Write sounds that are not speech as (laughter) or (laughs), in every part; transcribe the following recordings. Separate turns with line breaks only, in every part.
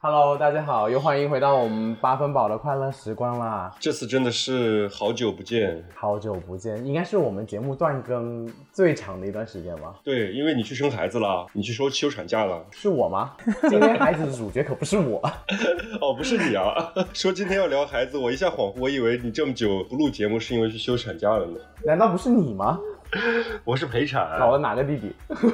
Hello，大家好，又欢迎回到我们八分饱的快乐时光啦！
这次真的是好久不见，
好久不见，应该是我们节目断更最长的一段时间吧？
对，因为你去生孩子了，你去收休产假了。
是我吗？今天孩子的主角可不是我。
(laughs) 哦，不是你啊，说今天要聊孩子，我一下恍惚，我以为你这么久不录节目是因为去休产假了呢。啊
难道不是你吗？
(laughs) 我是陪产
搞了哪个弟弟？ (laughs)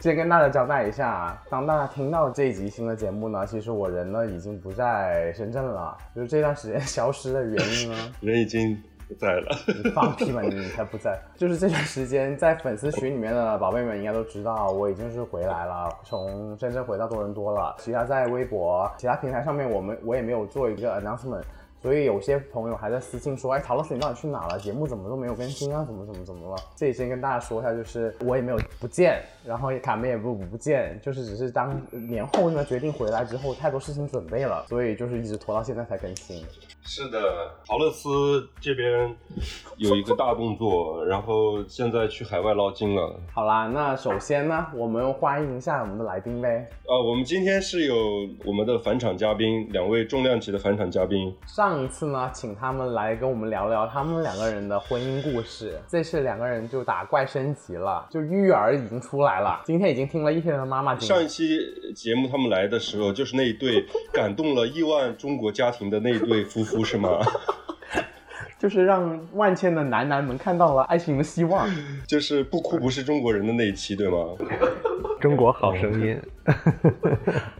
先跟大家交代一下啊，当大家听到这一集新的节目呢，其实我人呢已经不在深圳了，就是这段时间消失的原因呢，
人已经不在了。 (laughs)
你放屁吧你，你才不在。就是这段时间在粉丝群里面的宝贝们应该都知道，我已经是回来了，从深圳回到多伦多了。其他在微博、其他平台上面，我们我也没有做一个 announcement。所以有些朋友还在私信说，哎，陶老师你到底去哪了？节目怎么都没有更新啊？怎么怎么怎么了？这里先跟大家说一下，就是我也没有不见，然后也卡梅也不不见，就是只是当年后呢决定回来之后，太多事情准备了，所以就是一直拖到现在才更新。
是的，陶乐斯这边有一个大动作，然后现在去海外捞金了。
好啦，那首先呢，我们欢迎一下我们的来宾呗。
呃，我们今天是有我们的返场嘉宾，两位重量级的返场嘉宾。
上一次呢，请他们来跟我们聊聊他们两个人的婚姻故事。这次两个人就打怪升级了，就育儿已经出来了。今天已经听了一天的妈妈经
上一期节目他们来的时候，就是那一对感动了亿万中国家庭的那一对夫妇，是吗？ (laughs)
就是让万千的男男们看到了爱情的
(laughs)
希望。
就是不哭不是中国人的那一期，对吗？
中国好声音，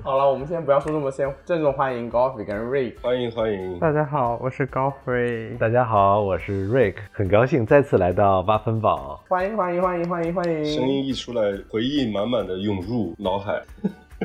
好了，我们先不要说这么先，郑重欢迎 Golf 跟 Rick。
欢迎欢迎，
大家好，我是高飞。
(laughs) 大家好，我是 Rick，很高兴再次来到八分饱。
欢迎欢迎欢迎欢迎欢迎！
声音一出来，回忆满满的涌入脑海。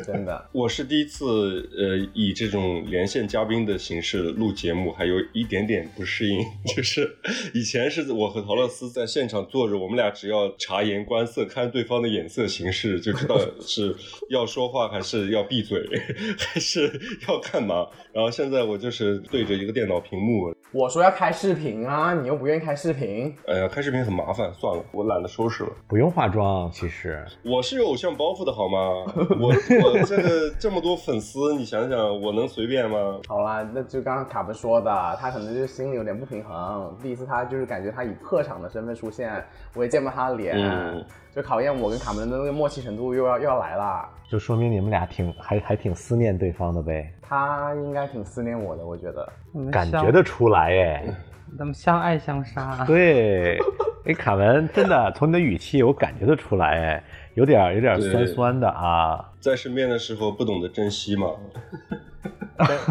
真的，
我是第一次呃以这种连线嘉宾的形式录节目，还有一点点不适应。 (laughs) 就是以前是我和陶乐斯在现场坐着，我们俩只要察言观色，看对方的眼色行事，就知道是要说话还是要闭嘴， (laughs) 还是要干嘛。然后现在我就是对着一个电脑屏幕，
我说要开视频啊，你又不愿意开视频，
哎呀，开视频很麻烦，算了，我懒得收拾了。
不用化妆，其实
我是有偶像包袱的好吗？我我这个这么多粉丝，你想想，我能随便吗？
好啦，那就刚刚卡门说的，他可能就是心里有点不平衡。第一次他就是感觉他以客场的身份出现，我也见不到他的脸，
嗯
就考验我跟卡门的那个默契程度又要又要来了。
就说明你们俩挺还还挺思念对方的呗，
他应该挺思念我的，我觉得。
我们
感
相
觉得出来哎。
咱们相爱相杀，
对， (laughs) 哎，卡文，真的从你的语气我感觉得出来哎，有点儿有点儿
对
酸酸的啊。
在身边的时候不懂得珍惜嘛，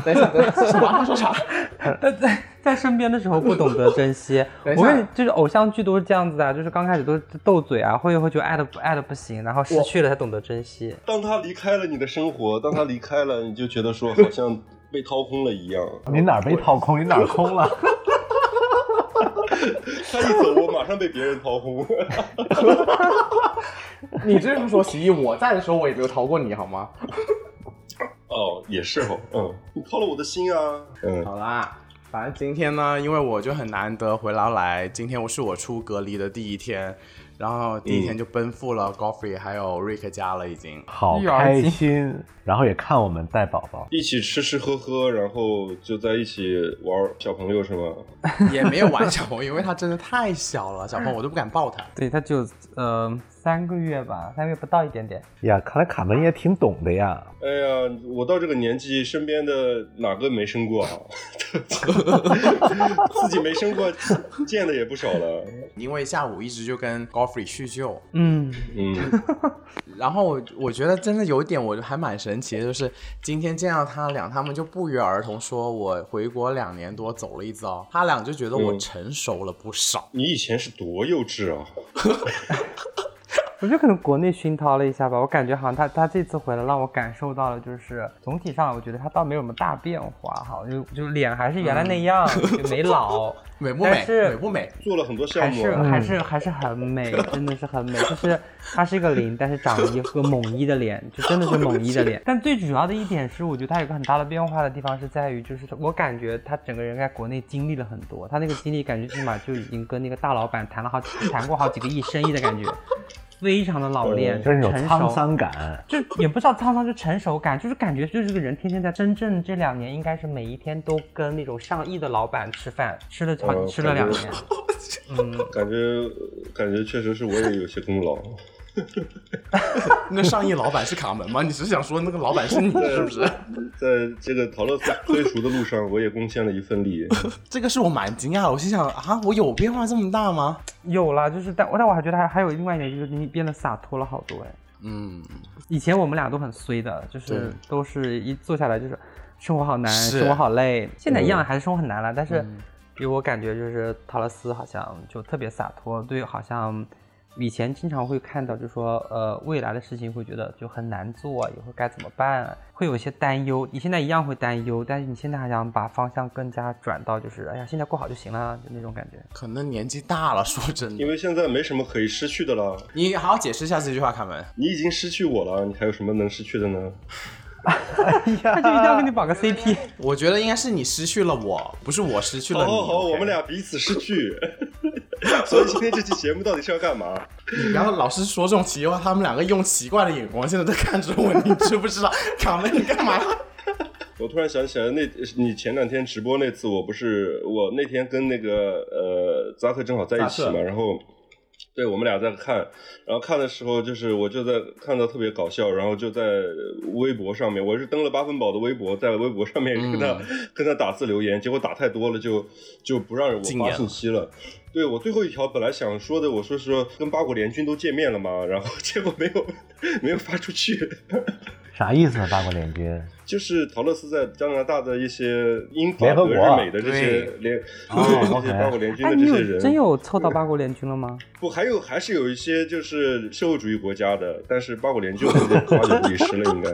等一下，等一下，什么？他说啥？
(laughs) 但在在身边的时候不懂得珍惜 (laughs)
等一。下
我跟你，就是偶像剧都是这样子的，啊就是刚开始都是斗嘴啊，会一会就爱的不爱的不行，然后失去了才懂得珍惜。
当他离开了你的生活，当他离开了，你就觉得说好像被掏空了一样。
你哪儿被掏空？你哪儿空
(laughs)
了？
他一走，我马上被别人掏空。 (laughs)
你这么说，奇艺，我在的时候我也没有逃过你，好吗？
哦，也是哦，嗯，你掏了我的心啊，嗯，
好啦，反正今天呢，因为我就很难得回来来，今天我是我出隔离的第一天，然后第一天就奔赴了 Goffrey 还有 Rick 家了，已经。
好
育儿
开
经
心，然后也看我们带宝宝。
一起吃吃喝喝，然后就在一起玩小朋友是吗？
也没有玩小朋友， (laughs) 因为他真的太小了，小朋友
嗯
我都不敢抱他。
对，他就呃三个月吧，三个月不到一点点。
呀，看来卡门也挺懂的呀。
哎呀，我到这个年纪，身边的哪个没 (laughs) 生过啊？自己没生过，见的也不少了。
因为下午一直就跟 Godfrey 叙旧，
嗯，
嗯，
然后我我觉得真的有一点，我还蛮神奇的，就是今天见到他俩，他们就不约而同说我回国两年多走了一遭，他俩就觉得我
嗯
成熟了不少。
你以前是多幼稚啊！
我觉得可能国内熏陶了一下吧，我感觉好像他他这次回来让我感受到了，就是总体上我觉得他倒没有什么大变化哈，就就脸还是原来那 (laughs) 样，就没老，
美不
但
美？
是
美不美？
做了很多项
还
目
是
啊，
还是还是很美，真的是很美。就是她是一个零，但是长了一个猛一的脸，就真的是猛一的脸。但最主要的一点是，我觉得她有个很大的变化的地方是在于，就是我感觉她整个人在国内经历了很多，她那个经历感觉起码就已经跟那个大老板谈了好几谈过好几个亿生意的感觉，非常的老练，
就是那种
成
沧
熟。
桑感。
就也不知道沧桑，就成熟感，就是感觉就是这个人天天在深圳这两年，应该是每一天都跟那种上亿的老板吃饭，吃了好、
呃
哦
吃了两
感觉
年，嗯，
感觉感觉确实是我也有些功劳。
那上亿老板是卡门吗？你是想说那个老板是你是不是？ (laughs)
在这个陶乐斯追逐的路上，我也贡献了一份力。
这个是我蛮惊讶的，我心想啊，我有变化这么大吗？
有啦，就是但但我还觉得还还有另外一点就是你变得洒脱了好多哎。
嗯，
以前我们俩都很衰的，就是
对
都是一坐下来就是生活好难，
是嗯
生活好累。现在一样还是生活很难了，但是给我感觉就是陶乐斯好像就特别洒脱，对，好像以前经常会看到，就说呃未来的事情会觉得就很难做，以后该怎么办，会有一些担忧。你现在一样会担忧，但是你现在好像把方向更加转到就是哎呀现在过好就行了，就那种
(laughs)
感觉。
可能年纪大了，说真
因
的。
为现在没什么可以失去的了，
你好好解释一下这句话，卡门。
你已经失去我了，你还有什么能失去的呢？
(laughs) 他就一定要跟你绑个 CP。
我觉得应该是你失去了我，不是我失去了
好
你。
好好，
OK
哦我们俩彼此失去。 (laughs) 所以今天这期节目到底是要干嘛？
你不要老是说这种奇怪话，他们两个用奇怪的眼光现在在看着我，你知不知道？ (laughs) 卡门，你干嘛？
(laughs) 我突然想起来那，你前两天直播那次，我不是我那天跟那个呃扎克正好在一起
扎
嘛，
克
然后对我们俩在看，然后看的时候就是我就在看到特别搞笑，然后就在微博上面，我是登了八分宝的微博，在微博上面跟他、跟他打字留言，结果打太多了就就不让我
禁
发
言
信息了。对我最后一条本来想说的，我说是说跟八国联军都见面了嘛，然后结果没有 (laughs) 没有发出去。
啥意思呢？八国联军？
就是陶乐斯在加拿大的一些英法
联
德
合国
日美的这些
对
联，
哦
对 (laughs) 这些八国联军
哎，
的
你
这些
有
人，
真有凑到八国联军了吗？
不还有还是有一些就是社会主义国家的，但是八国联军我们都八九不离十了，应
(laughs)
该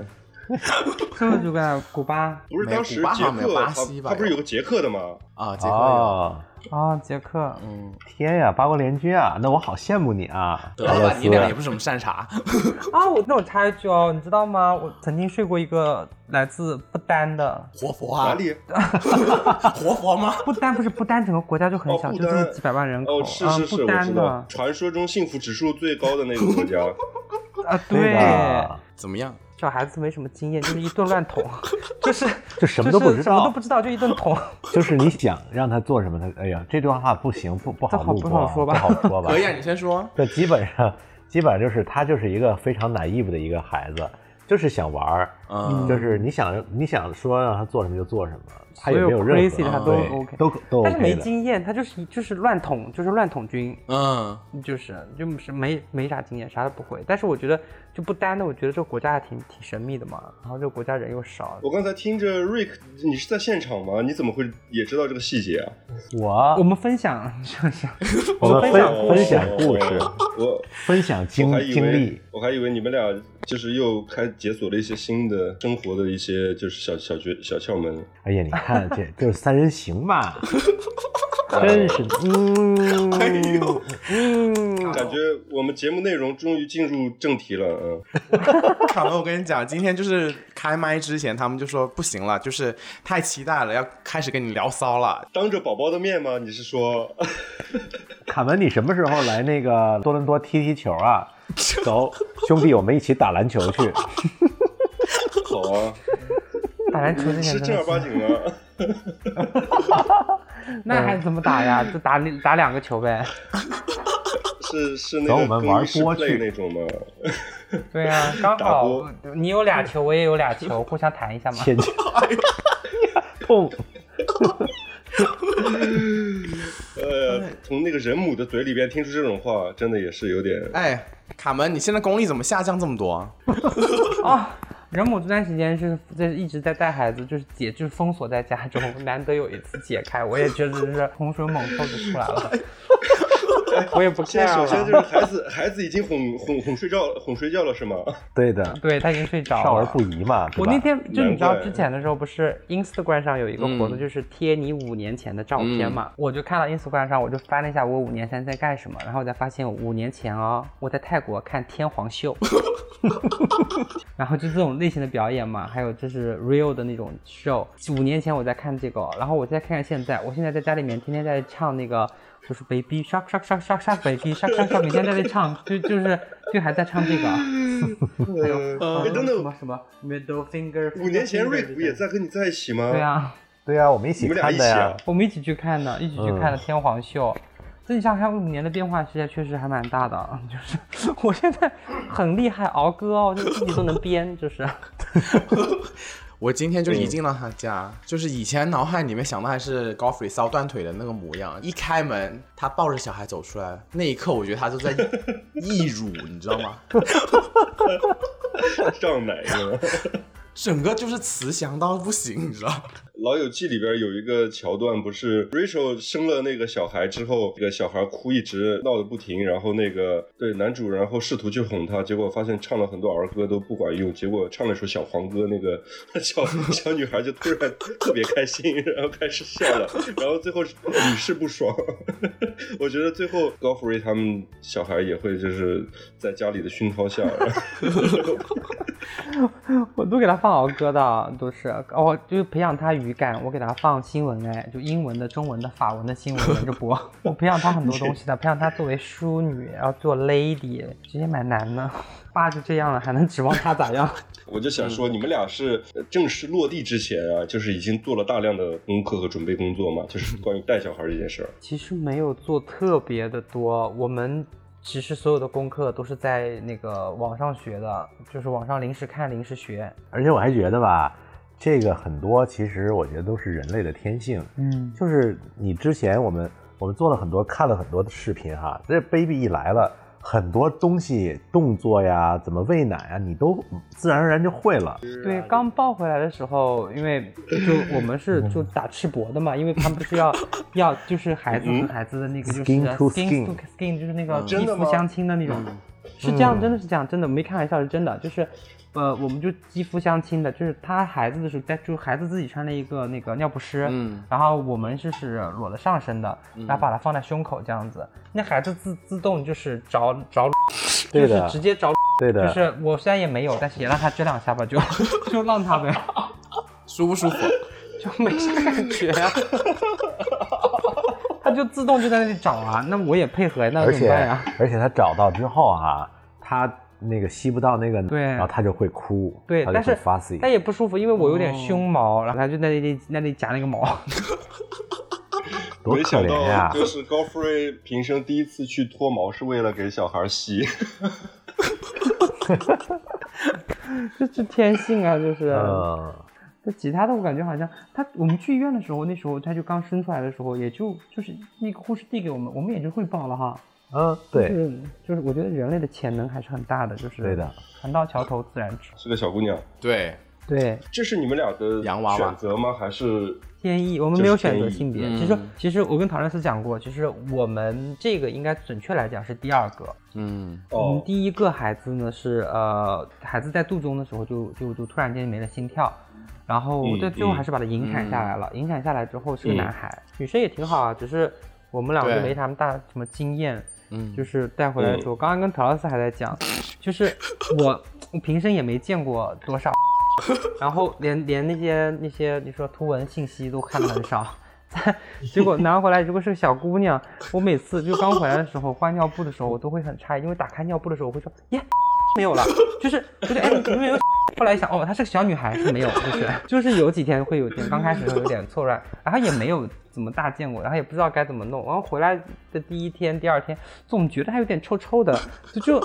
最后就在古巴
不是当时
古巴
捷
好像没有
克
巴
他
西吧
他不是有个捷克的吗？
啊，杰克有，
哦，
啊，捷克，
嗯，
天呀，八国联军啊！那我好羡慕你啊，
得
俄
了
罗
吧，
斯
你俩也不是什么善茬。
啊，我那我插一句哦，你知道吗？我曾经睡过一个来自不丹的，
活佛
哪
啊？
里？
活佛吗？
不丹不是不丹整个国家就很
哦，
小，
不
就这么
丹
几百万人口
哦，是是
啊，
是，
不
我知
丹的
道，传说中幸福指数最高的那个国家。
啊，
对
对
的，
怎么样？
小孩子没什么经验，就是一顿
(laughs)
乱捅，就是
就什么
就
都不
是
知
什么都
道哦
不，知道就一顿捅，
就是你想让他做什么，他哎呀，这段话不行，不不
这
好
好
录
不
播，
好说吧
不好说吧
可以啊，你先说。
这基本上，基本上就是他就是一个非常 naive 的一个孩子，就是想玩儿，
嗯
就是你想你想说让他做什么就做什么，他也
所有
没任何
crazy 的他都
对
OK
都都
但是没
OK 的。
经验，他就是就是乱捅，就是乱捅军，
嗯，
就是就是没没啥经验，啥都不会。但是我觉得就不丹的，我觉得这个国家还挺挺神秘的嘛，然后这个国家人又少，
我刚才听着 Rick，你是在现场吗？你怎么会也知道这个细节啊？
我
我
们分享 (laughs)
(laughs)
就是
我们分分享
哦
故事，
我
分享经
我还以
经历
为，我还以为你们俩就是又开解锁了一些新的生活的一些就是小小诀小窍门。
哎呀，你看这就是三人
(laughs)
行嘛，真是，嗯，嗯，
感觉我们节目内容终于进入正题了，嗯，
卡门，我跟你讲，今天就是开麦之前，他们就说不行了，就是太期待了，要开始跟你聊骚了。
当着宝宝的面吗？你是
(laughs)
说
卡门，你什么时候来那个多伦多踢踢球啊？走，兄弟，我们一起打篮球去。
好啊，
打篮球这件
是
事
正儿八经
(laughs)
的。
那还怎么打呀？就打两打两个球呗。
是是
走
那
我
个
们
更
玩
衣室
锅
play
去
那种吗？
对呀、刚
打
好
波
你有俩球，我也有俩球，互相弹一下嘛。
(laughs)
天气
哎
痛。
呃，
嗯
从那个人母的嘴里边听出这种话，真的也是有点。
哎，卡门，你现在功力怎么下降这么多啊？
哦，人母这段时间是在一直在带孩子，就是解就是封锁在家中，难得有一次解开，我也觉得是洪水猛兽就出
(laughs)
来了，我也不
现
care
在首先就是
了。
孩
(laughs)
子，孩子已经哄哄哄睡觉，哄睡觉了是吗？
对的，
对他已经睡着了。
少儿不宜嘛，对
我
吧
那天就你知道
难怪嗯
之前的时候，不是 Instagram 上有一个活动，就是贴你五年前的照片嘛。我就看到 Instagram 上，我就翻了一下我五年前在干什么，然后我才发现我五年前哦，我在泰国看天皇秀， (laughs) 然后就这种类型的表演嘛，还有就是 real 的那种 show。五年前我在看这个，然后我再看看现在，我现在在家里面天天在唱那个。就是 baby shark shark shark shark shark baby shark shark shark，每天在那唱，就就是就还在唱这个，嗯
(laughs)
还有
哎等
呃什么
等，
什么 middle finger。
五年前瑞普也。在跟你在一起吗？
对啊，
对啊，我们一
你
起
们俩
看
一起
的呀
啊，？
我们一起去看的，一起去看的天皇秀。这你想想，五年的变化，其实确实还蛮大的。 (laughs) 就是我现在很厉害，熬歌哦，就自己都能编， (laughs) 就是。
(laughs) 我今天就一进到他家，就是以前脑海里面想的还是高飞烧断腿的那个模样，一开门他抱着小孩走出来，那一刻我觉得他就在溢乳，你知道吗？
(laughs) 胀奶是吗？
整个就是慈祥到不行，你知道吗？ (laughs)
《老友记》里边有一个桥段，不是 Rachel 生了那个小孩之后，这个小孩哭一直闹得不停，然后那个对男主，然后试图去哄她，结果发现唱了很多儿歌都不管用，结果唱了一首小黄歌，那个 (laughs) 小小女孩就突然特别开心，然后开始笑了，然后最后屡试不爽。 (laughs) 我觉得最后高福瑞他们小孩也会就是在家里的熏陶下，然后
我都给他放熬歌的，都是哦，就是培养他语感，我给他放新闻，哎，就英文的、中文的、法文的新闻连
(laughs)
着播，我培养他很多东西的，培养他作为淑女，然后做 lady，直接蛮难的。 (laughs) 爸就这样了，还能指望他咋样？
我就
嗯
想说，你们俩是呃正式落地之前啊，就是已经做了大量的功课和准备工作嘛，就是关于带小孩这件事儿。
其实没有做特别的多，我们其实所有的功课都是在那个网上学的，就是网上临时看临时学。
而且我还觉得吧，这个很多其实我觉得都是人类的天性，
嗯，
就是你之前我们我们做了很多看了很多的视频哈，这 baby 一来了，很多东西动作呀，怎么喂奶啊，你都自然而然就会了。
对，刚抱回来的时候，因为就我们
嗯
是就打赤膊的嘛，因为他们不是
(laughs)
要要就是孩子和孩子的那个
嗯
就是
Skin to
skin
skin
skin，就是那个
真
皮
的
肤
吗
相亲的那种，是
嗯
这样，真的是这样，真的没开玩笑，是真的，就是。呃，我们就肌肤相亲的，就是他孩子的时候，在就孩子自己穿了一个那个尿不湿，
嗯，
然后我们就是裸了上身的，然后把它放在胸口这样子，那孩子自自动就是着着，
对
就是
的
直接着，
对的，
就是我虽然也没有，但是也让他撅两下吧，就就让他呗，
舒不舒服？
就没啥感觉呀、 (laughs) 他就自动就在那里找啊，那我也配合呀，那
而
怎么
且
办呀？
而且他找到之后哈、他那个吸不到那个，
对
然后他就会哭，
对，
他就
但
会
是
发泄。
但也不舒服，因为我有
哦
点胸毛，然后他就在那里那里夹那个毛， (laughs)
多
没
可
想
怜呀、
到，就是高富瑞平生第一次去脱毛是为了给小孩吸，
这是天性啊，就是。
嗯，
那其他的我感觉好像他，我们去医院的时候，那时候他就刚生出来的时候，也就就是那个护士递给我们，我们也就汇报了哈。
嗯，
就
对，
是就是我觉得人类的潜能还是很大的，就是
对的，
船到桥头自然直。
是个小姑娘。
对，
对，
这是你们俩的
洋娃娃
选择吗？还是
天意，我们
这
没有
是天
选择
意
性别。
嗯
其实其实我跟陶乐斯讲过，其实我们这个应该准确来讲是第二个，
嗯，
我们
哦？
第一个孩子呢是呃，孩子在肚中的时候就就就突然间没了心跳，然后
嗯
但最
嗯
后还是把他引产下来了。引产下来之后是个男孩，女生也挺好啊，只是我们俩就
对
没啥大什么经验，
嗯
就是带回来的时候，刚刚跟陶老师还在讲，就是我我平生也没见过多少， (laughs) 然后连连那些那些你说图文信息都看的很少。 (laughs) 结果拿回来，如果是个小姑娘，我每次就刚回来的时候换尿布的时候，我都会很诧异，因为打开尿布的时候我会说耶没有了，就是就是哎怎么没有？后来一想哦，她是个小女孩，是没有，就是就是有几天会有点刚开始会有点错乱，然后也没有怎么大见过，然后也不知道该怎么弄，然后回来的第一天、第二天总觉得还有点臭臭的，这就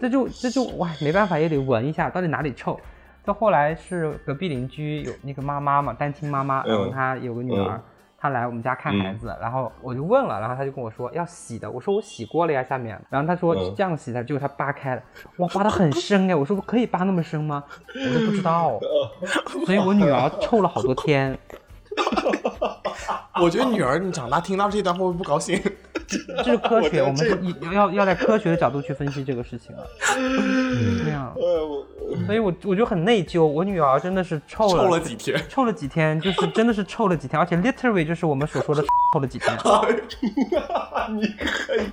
这就这就哇没办法也得闻一下到底哪里臭。到后来是隔壁邻居有那个妈妈嘛，单亲妈妈，然后
嗯
她有个女儿，
嗯
他来我们家看孩子，然后我就问了，然后他就跟我说要洗的，我说我洗过了呀，下面，然后他说
嗯
这样洗的，结果他扒开了，哇，扒的很深哎，我说我可以扒那么深吗？我都不
(laughs)
知道，所以我女儿臭了好多天。
我觉得女儿你长大听到这段会不会不高兴？
这是科学，
我觉
我们
得
是以要要在科学的角度去分析这个事情了。这样，
呃，我 (laughs)
所以我我就很内疚，我女儿真的是臭了，
臭了几天，
臭了几天，就是真的是臭了几天，而且 literally 就是我们所说的 (laughs) 臭了几天。
你可以，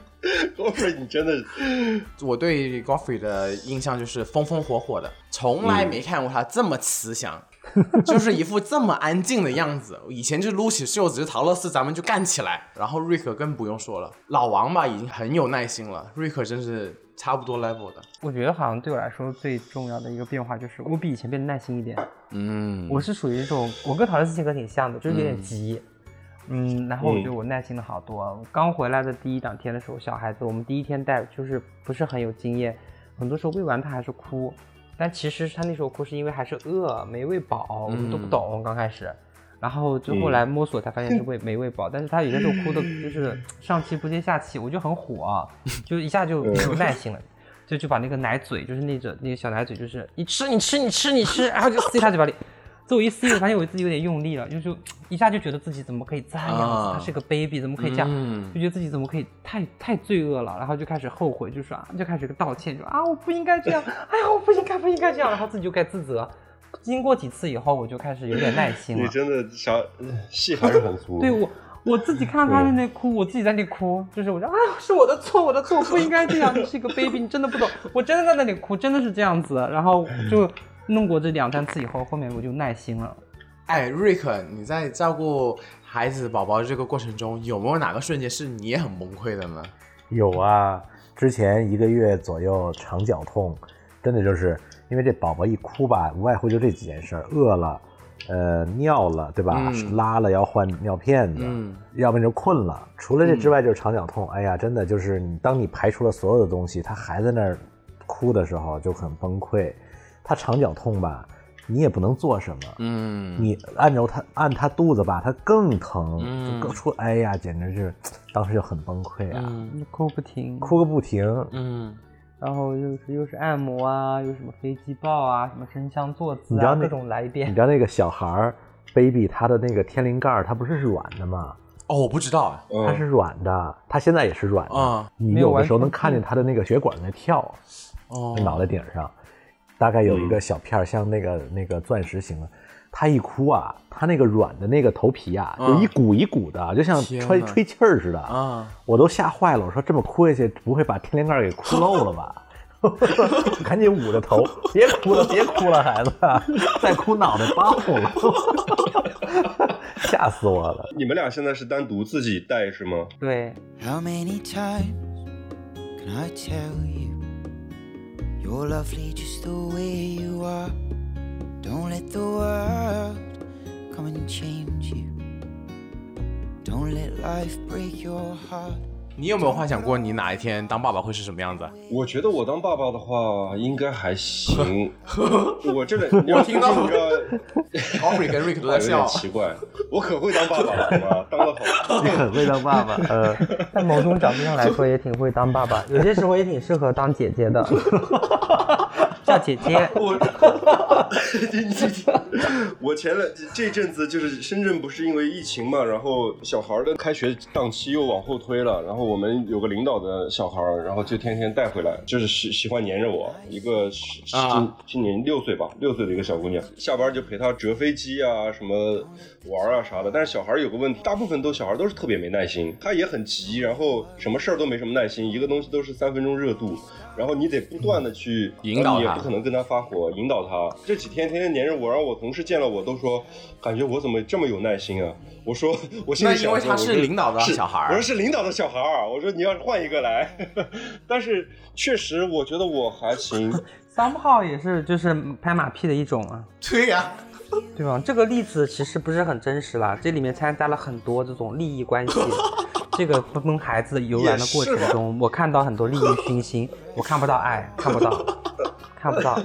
我说你真的
嗯
我对 Godfrey 的印象就是风风火火的，从来没看过他这么慈祥， (laughs) 就是一副这么安静的样子。以前就撸起袖子，就陶乐斯咱们就干起来，然后瑞克更不用说了，老王吧已经很有耐心了，瑞克真是差不多 level 的。
我觉得好像对我来说最重要的一个变化就是我比以前变得耐心一点。
嗯，
我是属于那种，我跟陶乐斯性格挺像的，就是有点急。嗯然后我觉得我耐心了好多。刚回来的第一两天的时候，小孩子我们第一天带就是不是很有经验，很多时候喂完他还是哭，但其实他那时候哭是因为还是饿没喂饱，我们都不
嗯
懂刚开始。然后就后来摸索才发现是喂 (laughs) 没喂饱，但是他有些时候哭的就是上气不接下气，我就很火，啊就一下就没有耐心了，就就把那个奶嘴，就是那个那个小奶嘴，就是你吃你吃你吃你吃，然后就塞他嘴巴里。这我一塞，我发现我自己有点用力了，就是一下就觉得自己怎么可以这样子，
啊
他是个 baby，怎么可以这样？
嗯
就觉得自己怎么可以太太罪恶了，然后就开始后悔，就说啊，就开始个道歉，就啊我不应该这样，哎呀我不应该不应该这样，然后自己就该自责。经过几次以后，我就开始有点耐心了。
你真的啥戏还是很足。
对我我自己
嗯
看他在那哭，我自己在那哭，就是我说啊，是我的错，我的错，我不应该这样，你是一个 baby，你真的不懂，我真的在那里哭，真的是这样子。然后就弄过这两三次以后，后面我就耐心了。
哎，瑞克，你在照顾孩子宝宝这个过程中，有没有哪个瞬间是你也很崩溃的呢？
有啊，之前一个月左右肠绞痛，真的就是因为这宝宝一哭吧，无外乎就这几件事儿：饿了，呃，尿了，对吧？
嗯
拉了要换尿片子，
嗯
要不然就困了。除了这之外，就是肠绞痛。哎呀，真的就是你，当你排除了所有的东西，他还在那儿哭的时候，就很崩溃。他肠绞痛吧，你也不能做什么。
嗯，
你按着他按他肚子吧，他更疼，
嗯
就更出，哎呀，简直是，当时就很崩溃啊，
嗯
哭不停，
哭个不停，
嗯，
然后又是又是按摩啊，又什么飞机抱啊，什么伸香坐
你
姿
知道
啊，
那
各种来一
你
遍
知。道那个小孩儿 baby 他的那个天灵盖儿，它不是软的吗？
哦，我不知道啊，
嗯
它是软的，它现在也是软的。
啊
你有的时候能看见他的那个血管在跳，
哦嗯
在，脑袋顶上，大概有一个小片儿，像那个那个钻石形的。他一哭啊，他那个软的那个头皮啊，
嗯
就一股一股的，就像
天
吹
哪
吹气儿似的。
啊，
我都吓坏了，我说这么哭下去不会把天灵盖儿给哭漏了吧？ (laughs) 赶紧捂着头，别哭了，别哭了，孩子，再哭脑袋爆了，吓死我了！
你们俩现在是单独自己带是吗？
对，
How many times can I tell you? You're lovely just the way you are. Don't let the world come and change you. Don't let life break your heart.
你有没有幻想过你哪一天当爸爸会是什么 (laughs) 样子啊？
我觉得我当爸爸的话应该还
(laughs)
行。我这两，我
听到
你知
(laughs)
道，
Aubrey 跟 Rick 都
有
在笑
点。奇怪，我可会当爸爸了，好吗？当的好。
你很会当爸爸，呃，
(laughs) 在某种角度上来说，也挺会当爸爸，有些时候也挺适合当姐
(laughs)
姐的，叫姐姐。
(laughs) 我前两这阵子就是深圳不是因为疫情嘛，然后小孩儿的开学档期又往后推了，然后我们有个领导的小孩儿，然后就天天带回来，就是喜喜欢黏着我，一个十十
啊
今年六岁吧，六岁的一个小姑娘，下班就陪她折飞机啊，什么玩儿啊啥的。但是小孩儿有个问题，大部分都小孩儿都是特别没耐心，他也很急，然后什么事儿都没什么耐心，一个东西都是三分钟热度，然后你得不断的去呃
引导
你也
他
不可能跟他发火，引导他。这几天天天黏着我，然后我同事见了我都说，感觉我怎么这么有耐心啊？我说， (laughs) 我心里
那因
想
为
说
他
我
是
说
领导的
是
小孩儿
我说是领导的小孩儿，啊我说你要是换一个来， (laughs) 但是确实我觉得我还行，
三炮也是就是拍马屁的一种啊，
对呀、
对吧？这个例子其实不是很真实啦，这里面掺杂了很多这种利益关系。这个跟孩子游玩的过程中，我看到很多利益熏心，我看不到爱，看不到。看不到，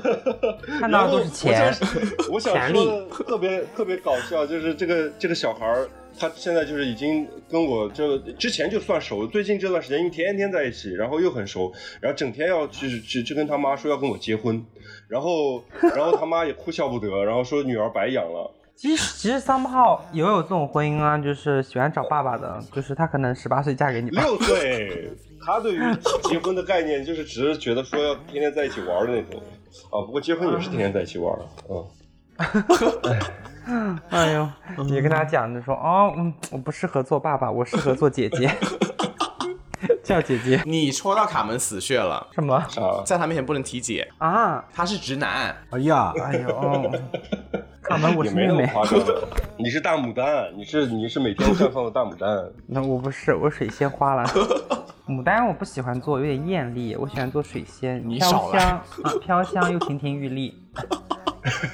看到的都是钱。 (laughs)
我想
潜
说
力
的特别特别搞笑，就是这个这个小孩儿，他现在就是已经跟我这之前就算熟，最近这段时间因为天天在一起，然后又很熟，然后整天要去去去跟他妈说要跟我结婚，然后然后他妈也哭笑不得，然后说女儿白养了。
其实其实桑炮也有这种婚姻啊，就是喜欢找爸爸的，就是他可能十八岁嫁给你吧。
六岁，他对于结婚的概念就是只是觉得说要天天在一起玩儿的那种。啊，不过结婚也是天天在一起玩儿的，嗯，
哎呦，你跟他讲，就说哦，嗯，我不适合做爸爸，我适合做姐姐，叫姐姐
你戳到卡门死穴了，
什么
啊，
在他面前不能提姐，
啊？
他是直男，
哎呀，
哎呦， (laughs) 哦卡门，我
也
是
没
妹
那么
妹，
夸张
(laughs)
的。你是大牡丹，你是你是每天绽放的大牡丹。
那我不是，我水仙花 (laughs) 了。牡丹我不喜欢做，有点艳丽，我喜欢做水仙，
你
飘
少来
香啊，飘香又亭亭玉立。
(laughs)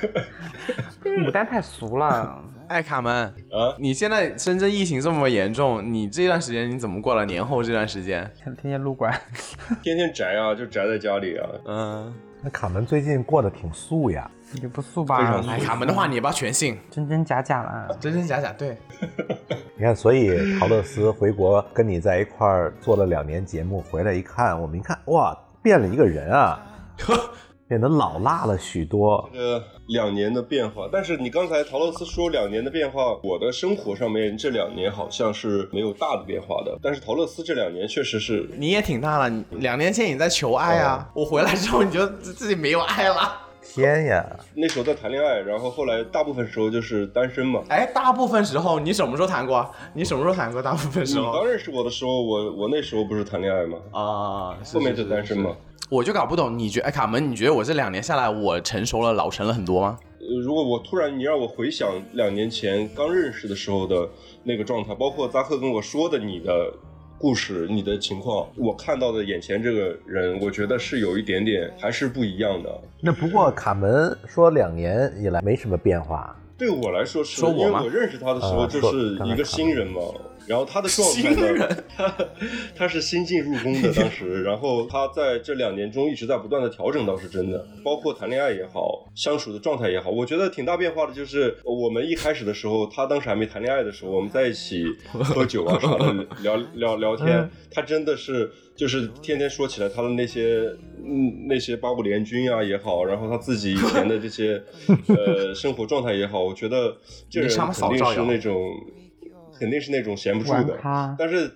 牡丹太俗了，
哎，卡门，
啊
你现在深圳疫情这么严重，你这段时间你怎么过了年后这段时间？
天天撸管。 (laughs)
天天宅啊，就宅在家里啊。
嗯，
那卡门最近过得挺素呀，
也不素
非
吧
常，
哎，卡门的话你也不要全信，
真真假假了。
真真假假，对，
你看，所以陶乐斯回国跟你在一块儿做了两年节目，回来一看，我们一看，哇，变了一个人啊，变得老辣了许多。
呃，两年的变化，但是你刚才陶乐斯说两年的变化，我的生活上面这两年好像是没有大的变化的，但是陶乐斯这两年确实是
你也挺大了，你两年前你在求爱啊，我回来之后你就自自己没有爱了。
天呀，
那时候在谈恋爱，然后后来大部分时候就是单身嘛。
哎，大部分时候你什么时候谈过？你什么时候谈过？大部分
你
时候
刚认识我的时候，我我那时候不是谈恋爱吗？
啊，是
后面就单身。
是是
嘛
是。我就搞不懂，你觉哎，卡门，你觉得我这两年下来，我成熟了、老成了很多吗？
呃如果我突然你让我回想两年前刚认识的时候的那个状态，包括扎克跟我说的你的故事、你的情况，我看到的眼前这个人，我觉得是有一点点还是不一样的。
那不过卡门说两年以来没什么变化，
对我来说是，
说
因
我
为
吗
我认识他的时候
啊
就
说
是
刚才
一个
看
新人嘛，然后他的状态
新
呢
人，
他 (laughs) 他是新进入宫的当时，然后他在这两年中一直在不断的调整，倒是真的，包括谈恋爱也好，相处的状态也好，我觉得挺大变化的。就是我们一开始的时候，他当时还没谈恋爱的时候，我们在一起喝酒啊啥的，聊 (laughs) 聊聊天，他真的是。就是天天说起来他的那些，嗯，那些八国联军啊也好，然后他自己以前的这些，呃，生活状态也好，我觉得这
你
人
上面
肯
扫
定
照
是
哟
那种，肯定是那种闲不住
玩
的。
咖，
但是，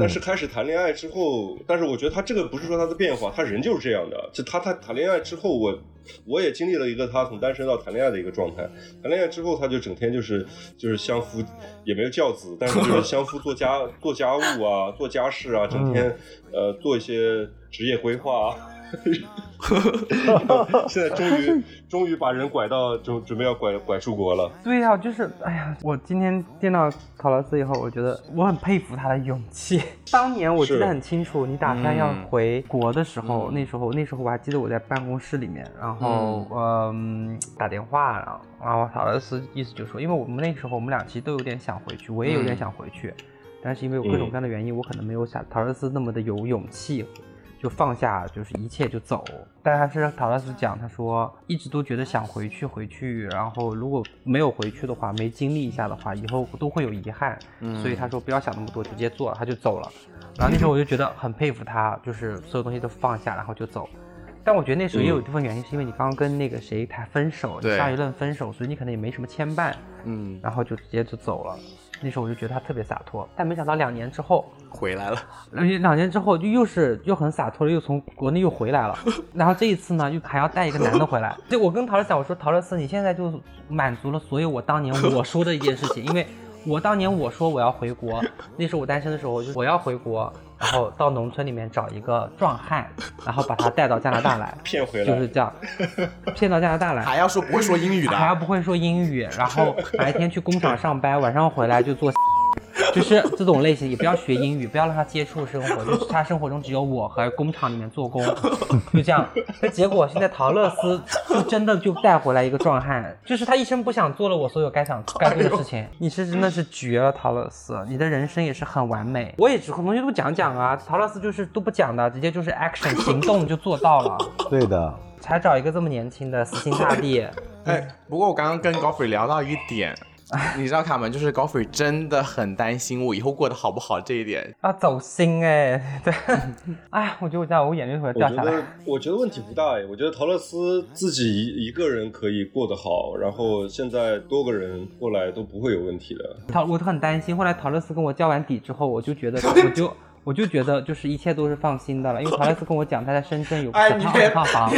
但是开始谈恋爱之后，但是我觉得他这个不是说他的变化，他人就是这样的。就他他谈恋爱之后，我我也经历了一个他从单身到谈恋爱的一个状态。谈恋爱之后，他就整天就是就是相夫，也没有教子，但是就是相夫做家做家务啊，做家事啊，整天、呃做一些职业规划、啊。 (laughs) 现在终于终于把人拐到准准备要拐拐出国了。
对呀、就是，哎呀，我今天见到陶乐斯以后，我觉得我很佩服他的勇气。 (laughs) 当年我记
是
得很清楚，你打算要回国的时候，
嗯
那时候那时候我还记得我在办公室里面，然后嗯、打电话，然后然后陶乐斯意思就说，因为我们那时候我们俩其实都有点想回去，我也有点
嗯
想回去，但是因为有各种各样的原因，我可能没有像陶乐斯那么的有勇气，就放下就是一切就走。但他是陶乐斯讲，他说一直都觉得想回去回去，然后如果没有回去的话，没经历一下的话，以后都会有遗憾。所以他说不要想那么多，直接做，他就走了。然后那时候我就觉得很佩服他，就是所有东西都放下，然后就走。但我觉得那时候也有一部分原因，是因为你刚刚跟那个谁谈分手，
对
上一任分手，所以你可能也没什么牵绊。
嗯，
然后就直接就走了。那时候我就觉得他特别洒脱，但没想到两年之后，
回来了，
两两年之后就又是又很洒脱的，又从国内又回来
(laughs)
了。然后这一次呢，又还要带一个男的回来。对，我跟陶乐斯讲，我说陶乐斯，你现在就满足了所有我当年我说的一件事情，因为我当年我说我要回国，那时候我单身的时候，我就我要回国，然后到农村里面找一个壮汉，然后把他带到加拿大来，
骗回来
就是这样，
(laughs)
骗到加拿大来。
还要说不会说英语
还要
的，
不会说英语，然后白天去工厂上班，晚上回来就做，就是这种类型，也不要学英语，不要让他接触生活，就是他生活中只有我和工厂里面做工，就这样。那结果现在陶乐斯就真的就带回来一个壮汉，就是他一生不想做了我所有该想该做的事情。你是真的是绝了，陶乐斯，你的人生也是很完美。我也只很多东西都讲讲啊，陶乐斯就是都不讲的，直接就是 action 行动就做到了。
对的，
才找一个这么年轻的，死心塌地。
哎，不过我刚刚跟高斐聊到一
(laughs)
点，你知道卡门就是高斐真的很担心我以后过得好不好这一点。
啊，走心哎、对，哎，我觉得我这样我眼泪都要
我
掉
觉
下来
得。，我觉得问题不大哎。我觉得陶乐斯自己一一个人可以过得好，然后现在多个人过来都不会有问题的。
陶，我都很担心。后来陶乐斯跟我交完底之后，我就觉得，我就我就觉得就是一切都是放心的了，因为陶乐斯跟我讲他在深圳有
哎
很
你
套
别
套
(laughs)
房，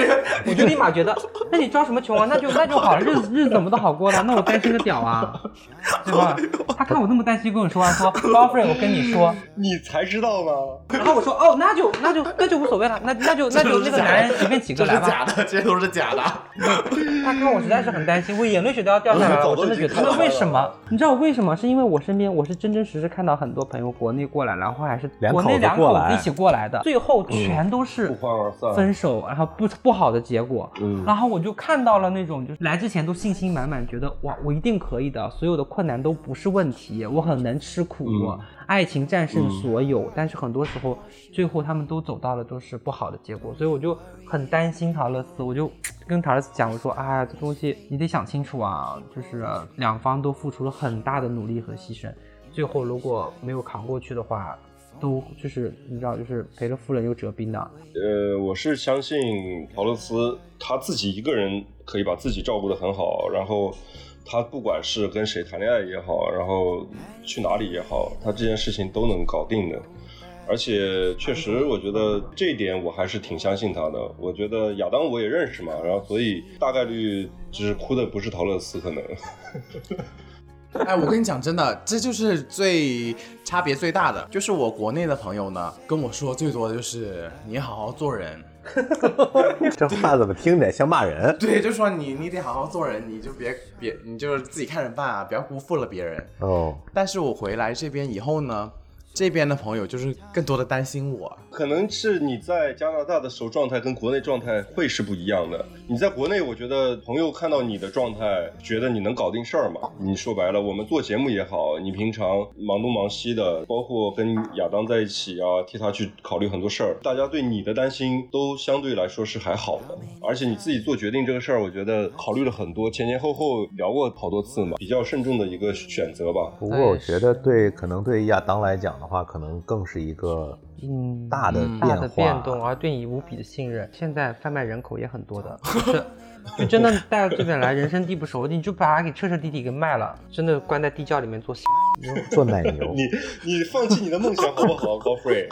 我就立马觉得，那你装什么穷啊？那
(laughs)
就那就好了，日子日子怎么都好过了，那我单身个屌啊，对吧？他看我那么担心，跟我说啊，说 girlfriend，我跟你说，
你才知道吗？
然后我说哦，那就那就那就无所谓了，那那就那就那个男人随便几个
这是
来吧。
假的，这些都是假的。
他看我实在是很担心，我眼泪水都要掉
(laughs)
下来了。我真的觉得，那为什么？你知道为什么？是因为我身边我是真真实实看到很多朋友国内过来，然后还是
两口
国
子
内两
过
口
来嗯
子一起过来的，最后全都是
不欢而散
分手，然后不不好的结果。
嗯
然后我就看到了那种就是来之前都信心满满，觉得哇我一定可以的，所有的困难都不是问题，我很能吃苦，啊
嗯
爱情战胜所有。但是很多时候最后他们都走到了都是不好的结果，所以我就很担心陶乐斯，我就跟陶乐斯讲，我说哎呀这东西你得想清楚啊，就是两方都付出了很大的努力和牺牲，最后如果没有扛过去的话。都就是你知道，就是赔了夫人又折兵的，
呃，我是相信陶乐斯他自己一个人可以把自己照顾得很好，然后他不管是跟谁谈恋爱也好，然后去哪里也好，他这件事情都能搞定的。而且确实，我觉得这一点我还是挺相信他的。我觉得亚当我也认识嘛，然后所以大概率就是哭的不是陶乐斯，可能
(laughs) 哎，我跟你讲，真的，这就是最差别最大的，就是我国内的朋友呢，跟我说最多的就是你好好做人，
(laughs) 这话怎么听着像骂人？
对，就说你你得好好做人，你就别别你就是自己看着办啊，不要辜负了别人。
哦，
但是我回来这边以后呢，这边的朋友就是更多的担心我，
可能是你在加拿大的时候状态跟国内状态会是不一样的。你在国内，我觉得朋友看到你的状态，觉得你能搞定事儿嘛。你说白了，我们做节目也好，你平常忙东忙西的，包括跟亚当在一起啊，替他去考虑很多事儿，大家对你的担心都相对来说是还好的。而且你自己做决定这个事儿，我觉得考虑了很多，前前后后聊过好多次嘛，比较慎重的一个选择吧。
不过我觉
哎
得对，可能对亚当来讲的话，可能更是一个
嗯
大的
嗯
大
变
的
化。
变动，而对你无比的信任。现在贩卖人口也很多的，就是就
(laughs)
真的带到这边来，人生地不熟，你就把它给彻彻底底给卖了，真的关在地窖里面做。 (laughs)
做奶牛，
(laughs) 你你放弃你的梦想好不好，高飞？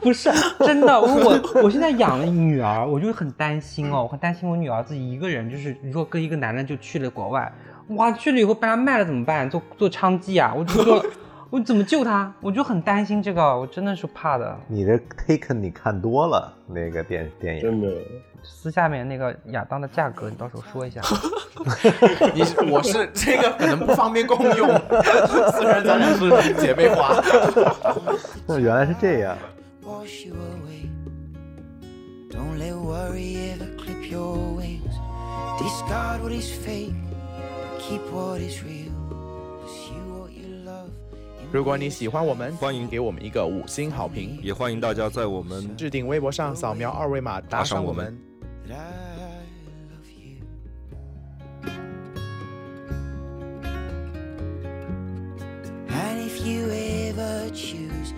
不是真的，我我现在养了女儿，我就很担心哦，我很担心我女儿自己一个人，就是如果跟一个男人就去了国外，哇，去了以后被他卖了怎么办？做做娼妓啊？我就说，我怎么救她？我就很担心这个，我真的是怕的。
你这 Taken 你看多了那个电电影，
真的。
私下面那个亚当的价格，你到时候说一下。
你是我是这个可能不方便共
(laughs)
用，虽然咱俩是姐妹花。
那原来是这样。
wash you away. Don't let worry ever clip your wings. Discard what is fake, but keep what is real. Pursue what you love.
如果你喜欢我们，欢迎给我们一个五星好评。
也欢迎大家在我们
置顶微博上扫描二维码打赏我们。
that I love you. And if you ever choose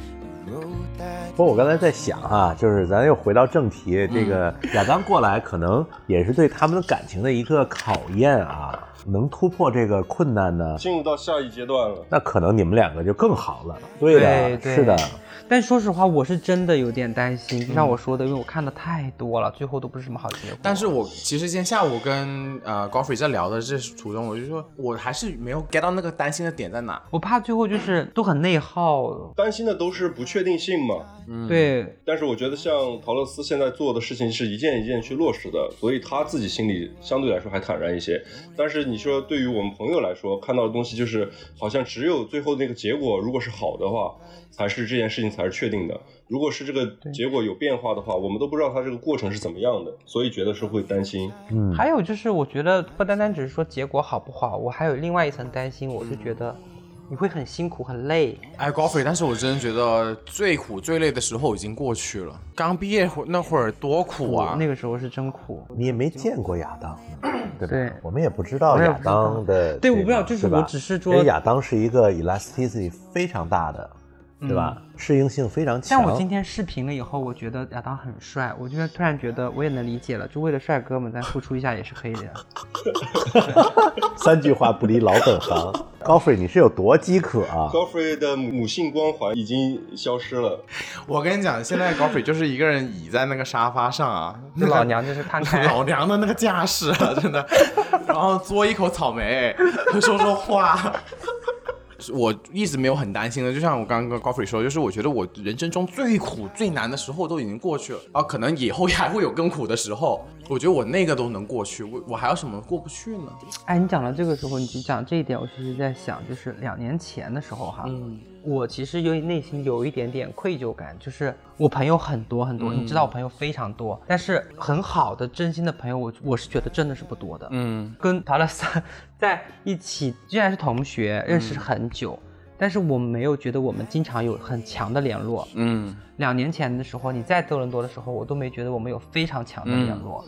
a road that
不过我刚才在想啊，就是咱又回到正题，这个
嗯
亚当过来可能也是对他们的感情的一个考验啊。能突破这个困难呢，
进入到下一阶段了。
那可能你们两个就更好了。对的，
对对
是的，
但说实话，我是真的有点担心，就像我说的，因为我看的太多了，最后都不是什么好结果。
嗯但是我其实今天下午跟呃高飞在聊的这途中，我就说我还是没有 get 到那个担心的点在哪。
我怕最后就是都很内耗，
担心的都是不确定性嘛。
嗯
对，
但是我觉得像陶乐斯现在做的事情是一件一件去落实的，所以他自己心里相对来说还坦然一些。但是你说对于我们朋友来说，看到的东西就是好像只有最后那个结果如果是好的话，才是这件事情才是确定的。如果是这个结果有变化的话，我们都不知道它这个过程是怎么样的，所以觉得是会担心。
嗯，
还有
嗯
就是，我觉得不单单只是说结果好不好，我还有另外一层担心，我是觉得你会很辛苦很累。
哎 g o f r e y 但是我真的觉得最苦最累的时候已经过去了。刚毕业会那会儿多苦啊！
那个时候是真苦。
你也没见过亚当，
(clears throat)
对吧？
对
我们也不知道
我也
亚
不知道
当的这个，
对我不知道就是
吧
我只是说
因为亚当是一个 elasticity 非常大的，对吧？适应性非常强。
嗯像我今天视频了以后，我觉得亚当很帅，我就突然觉得我也能理解了，就为了帅哥们再付出一下也是可以的。
三句话不离老本行，高飞，你是有多饥渴啊？
Godfrey 的母性光环已经消失了，
我跟你讲，现在 g o f r e y (laughs) 就是一个人倚在那个沙发上啊，
那
(laughs)
老娘就是看看，
老娘的那个架势啊， (laughs) 真的，然后嘬一口草莓， (laughs) 说说话。 (laughs) 我一直没有很担心的，就像我刚刚跟 Goffrey 说，就是我觉得我人生中最苦最难的时候都已经过去了啊，可能以后还会有更苦的时候，我觉得我那个都能过去，我我还有什么过不去呢？
哎，你讲到这个时候，你就讲这一点，我其实在想，就是两年前的时候哈，我其实有内心有一点点愧疚感，就是我朋友很多很多，你知道我朋友非常多，但是很好的、真心的朋友，我我是觉得真的是不多的。
嗯，
跟陶乐斯在一起，虽然是同学，认识很久，但是我没有觉得我们经常有很强的联络。
嗯，
两年前的时候，你在多伦多的时候，我都没觉得我们有非常强的联络。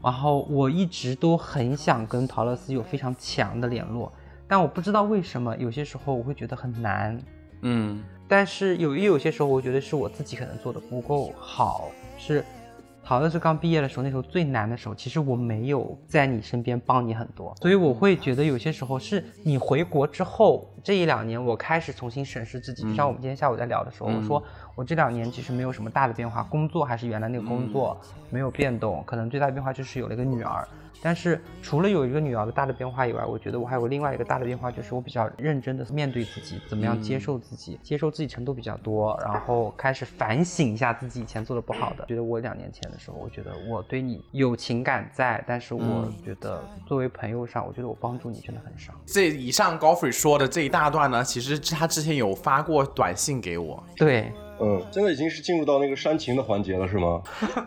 然后我一直都很想跟陶乐斯有非常强的联络，但我不知道为什么，有些时候我会觉得很难。
嗯，
但是有也有些时候，我觉得是我自己可能做的不够好，是。陶乐斯刚毕业的时候，那时候最难的时候，其实我没有在你身边帮你很多，所以我会觉得有些时候是你回国之后这一两年，我开始重新审视自己。就像我们今天下午在聊的时候，我说我这两年其实没有什么大的变化，工作还是原来那个工作没有变动，可能最大的变化就是有了一个女儿。但是除了有一个女儿的大的变化以外，我觉得我还有另外一个大的变化，就是我比较认真的面对自己，怎么样
嗯
接受自己，接受自己程度比较多，然后开始反省一下自己以前做的不好的。觉得我两年前的时候，我觉得我对你有情感在，但是
嗯
我觉得作为朋友上，我觉得我帮助你真的很少。
这以上 Goffrey 说的这一大段呢，其实他之前有发过短信给我，
对，
嗯，现在已经是进入到那个煽情的环节了，是吗？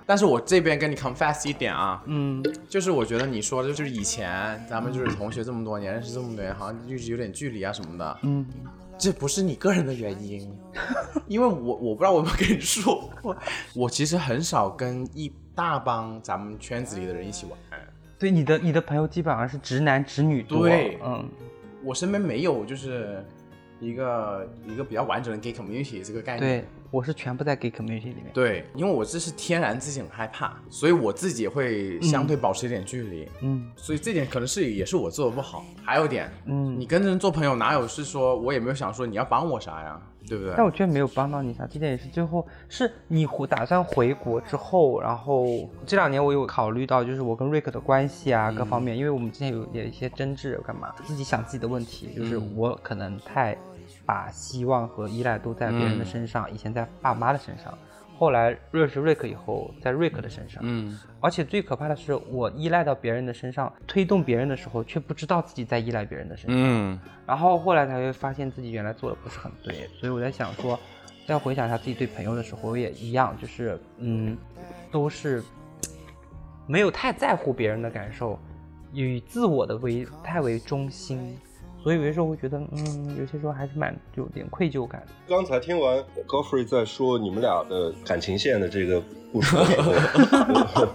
但是我这边跟你 confess 一点啊，
嗯，
就是我觉得你说的就是以前咱们就是同学这么多年，认识这么多年，好像一直有点距离啊什么的。嗯，这不是你个人的原因，因为我我不知道我有没有跟你说过，我其实很少跟一大帮咱们圈子里的人一起玩，
对，你的你的朋友基本上是直男直女多，
对
嗯，
我身边没有就是一个一个比较完整的 gay community 这个概念。
对，我是全部在 gay community 里面。
对，因为我这是天然自己很害怕，所以我自己也会相对保持一点距离。
嗯，
所以这点可能是也是我做的不好。还有一点，
嗯
你跟人做朋友哪有是说我也没有想说你要帮我啥呀，对不对
但？我觉得没有帮到你啥，这点也是最后是你回打算回国之后，然后这两年我有考虑到，就是我跟瑞克的关系
嗯
啊，各方面，因为我们之前有有一些争执，干嘛自己想自己的问题，就是
嗯
我可能太把希望和依赖都在别人的身上，以前在爸妈的身上，后来认识瑞克以后，在瑞克的身上，
嗯，
而且最可怕的是，我依赖到别人的身上，推动别人的时候，却不知道自己在依赖别人的身上。
嗯，
然后后来才会发现自己原来做的不是很对，所以我在想说，再回想一下自己对朋友的时候，我也一样，就是嗯，都是没有太在乎别人的感受，以自我的为太为中心，所以有些时候会觉得，嗯，有些时候还是蛮有点愧疚感的。
刚才听完 Godfrey 在说你们俩的感情线的这个故事的时候，我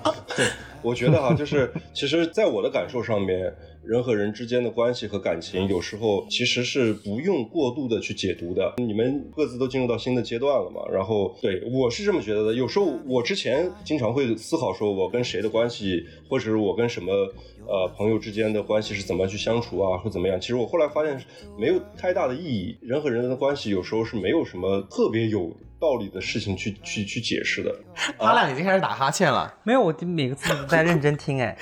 我觉得哈、就是其实在我的感受上面，人和人之间的关系和感情，有时候其实是不用过度的去解读的。你们各自都进入到新的阶段了嘛，然后对我是这么觉得的。有时候我之前经常会思考，说我跟谁的关系，或者是我跟什么呃朋友之间的关系是怎么去相处啊，或怎么样。其实我后来发现没有太大的意义，人和人的关系有时候是没有什么特别有道理的事情去去去解释的。
他俩已经开始打哈欠了。
没有，我就每个字都在认真听，哎，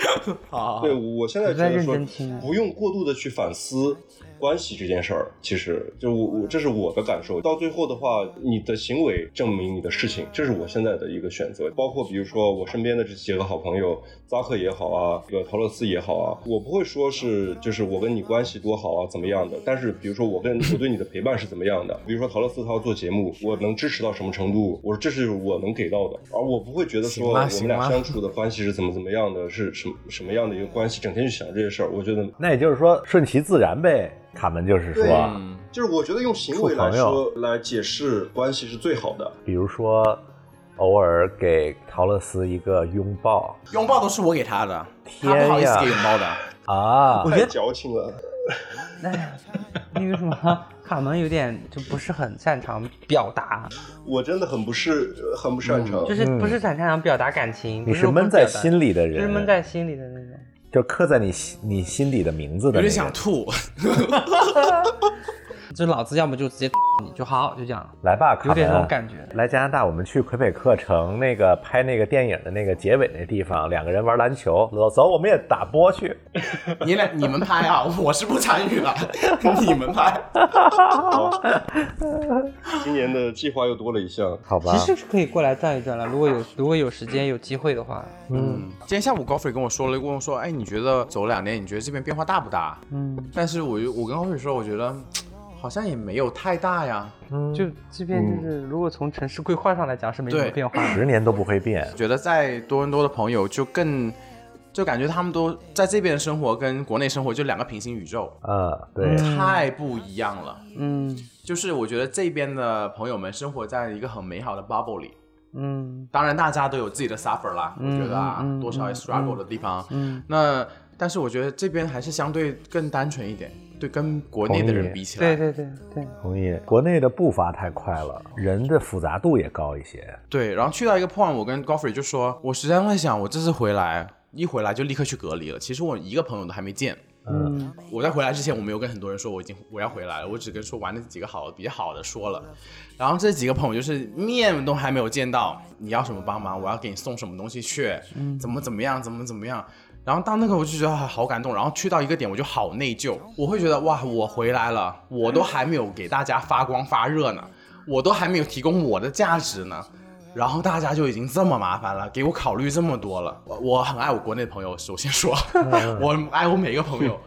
好，
对，我现在
我
觉
在
得说
认真听啊
不用过度的去反思关系这件事儿，其实就我我这是我的感受。到最后的话，你的行为证明你的事情，这是我现在的一个选择。包括比如说我身边的这几个好朋友，扎克也好啊，这个陶乐斯也好啊，我不会说是就是我跟你关系多好啊怎么样的，但是比如说我
(laughs)
跟我对你的陪伴是怎么样的，比如说陶乐斯他要做节目，我能支持到什么程度，我说这是我能给到的，而我不会觉得说
行
我
吧
们
行
俩
吧
相处的关系是怎么怎么样的，是什么什么样的一个关系，整天去想这些事儿，我觉得
那也就是说，顺其自然呗。卡门就是说，
嗯
就是我觉得用行为来说来解释关系是最好的。
比如说，偶尔给陶乐斯一个拥抱
拥抱都是我给他的，他
天
不好意思
呀
给拥抱的。
啊，
太矫情了，
哎，那个什么，卡门有点就不是很擅长表达，
我真的很不是呃很不擅长。
就是不是很擅长表达感
嗯
情。
你
不是
是闷在心
里
里的
的
人，
就是闷在心里的那种。
就刻在你心你心底的名字的
有点
那个人。
想吐，
就老子要么就
(laughs)
直接你就好，就这样，
来吧，卡
有点那种
门。
感觉。
来加拿大，我们去魁北克城那个拍那个电影的那个结尾那地方，两个人玩篮球，走走，我们也打波去。
你俩你们拍啊，我是不参与了， (laughs) 你们拍。
今年的计划又多了一项，
好吧
其，实是可以过来转一转了，如果有如果有时间有机会的话，
嗯，
今天下午高 y 跟我说了，问我说，哎，你觉得走两年，你觉得这边变化大不大？
嗯，
但是我就我跟高 y 说，我觉得好像也没有太大呀，
嗯
就这边就是如果从城市规划上来讲是没什么
对
变化的。
十年都不会变。
觉得在多伦多的朋友就更。就感觉他们都在这边的生活跟国内生活就两个平行宇宙，
嗯，对，
太不一样了。
嗯
就是我觉得这边的朋友们生活在一个很美好的 bubble 里，
嗯
当然大家都有自己的 suffer 啦，
嗯
我觉得啊，
嗯嗯
多少也 struggle 的地方。
嗯，
那但是我觉得这边还是相对更单纯一点，对，跟国内的
同
人
意
比起来，
对对对对，
同意。国内的步伐太快了，人的复杂度也高一些。
对然后去到一个 point，我跟 Goffrey 就说，我实在在想，我这次回来一回来就立刻去隔离了，其实我一个朋友都还没见。
嗯
我在回来之前，我没有跟很多人说我已经我要回来了，我只跟说玩的几个好比较好的说了。然后这几个朋友就是面都还没有见到，你要什么帮忙，我要给你送什么东西去，怎么怎么样，怎么怎么样。然后到那个我就觉得啊好感动，然后去到一个点我就好内疚，我会觉得哇，我回来了，我都还没有给大家发光发热呢，我都还没有提供我的价值呢。然后大家就已经这么麻烦了，给我考虑这么多了。我我很爱我国内的朋友，首先说，(laughs)
嗯
我爱我每一个朋友。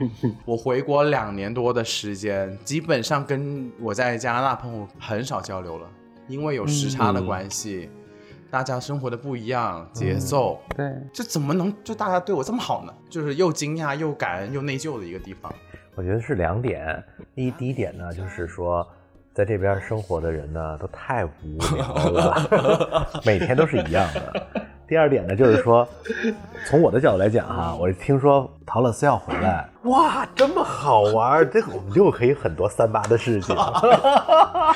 我回国两年多的时间，基本上跟我在加拿大朋友很少交流了，因为有时差的关系，
嗯
大家生活的不一样，节奏，
对，
这怎么能就大家对我这么好呢？就是又惊讶又感恩又内疚的一个地方。
我觉得是两点。一第一点呢，就是说，在这边生活的人呢，都太无聊了， (laughs) 每天都是一样的。第二点呢，就是说，从我的角度来讲哈，我听说陶乐斯要回来，哇，这么好玩儿，这个我们就可以很多三八
(laughs)
的事情。 (laughs)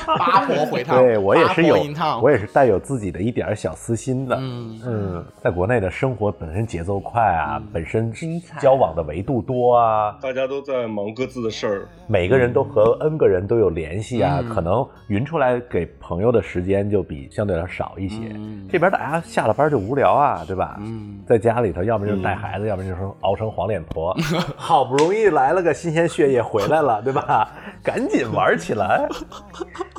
八婆回趟，
对我也是有
啊八婆银，趟
我也是带有自己的一点儿小私心的。
嗯，
嗯，在国内的生活本身节奏快啊，本身
嗯精彩
交往的维度多啊，
大家都在忙各自的事儿，，
每个人都和 N 个人都有联系啊，
嗯
可能匀出来给朋友的时间就比相对来说少一些。
嗯
这边大家下了班就无聊啊，对吧？
嗯
在家里头，要不然就带孩子，要不然就是熬成黄脸婆。
嗯
(laughs) 好不容易来了个新鲜血液回来了，对吧？ (laughs) 赶紧玩起
(laughs)
来，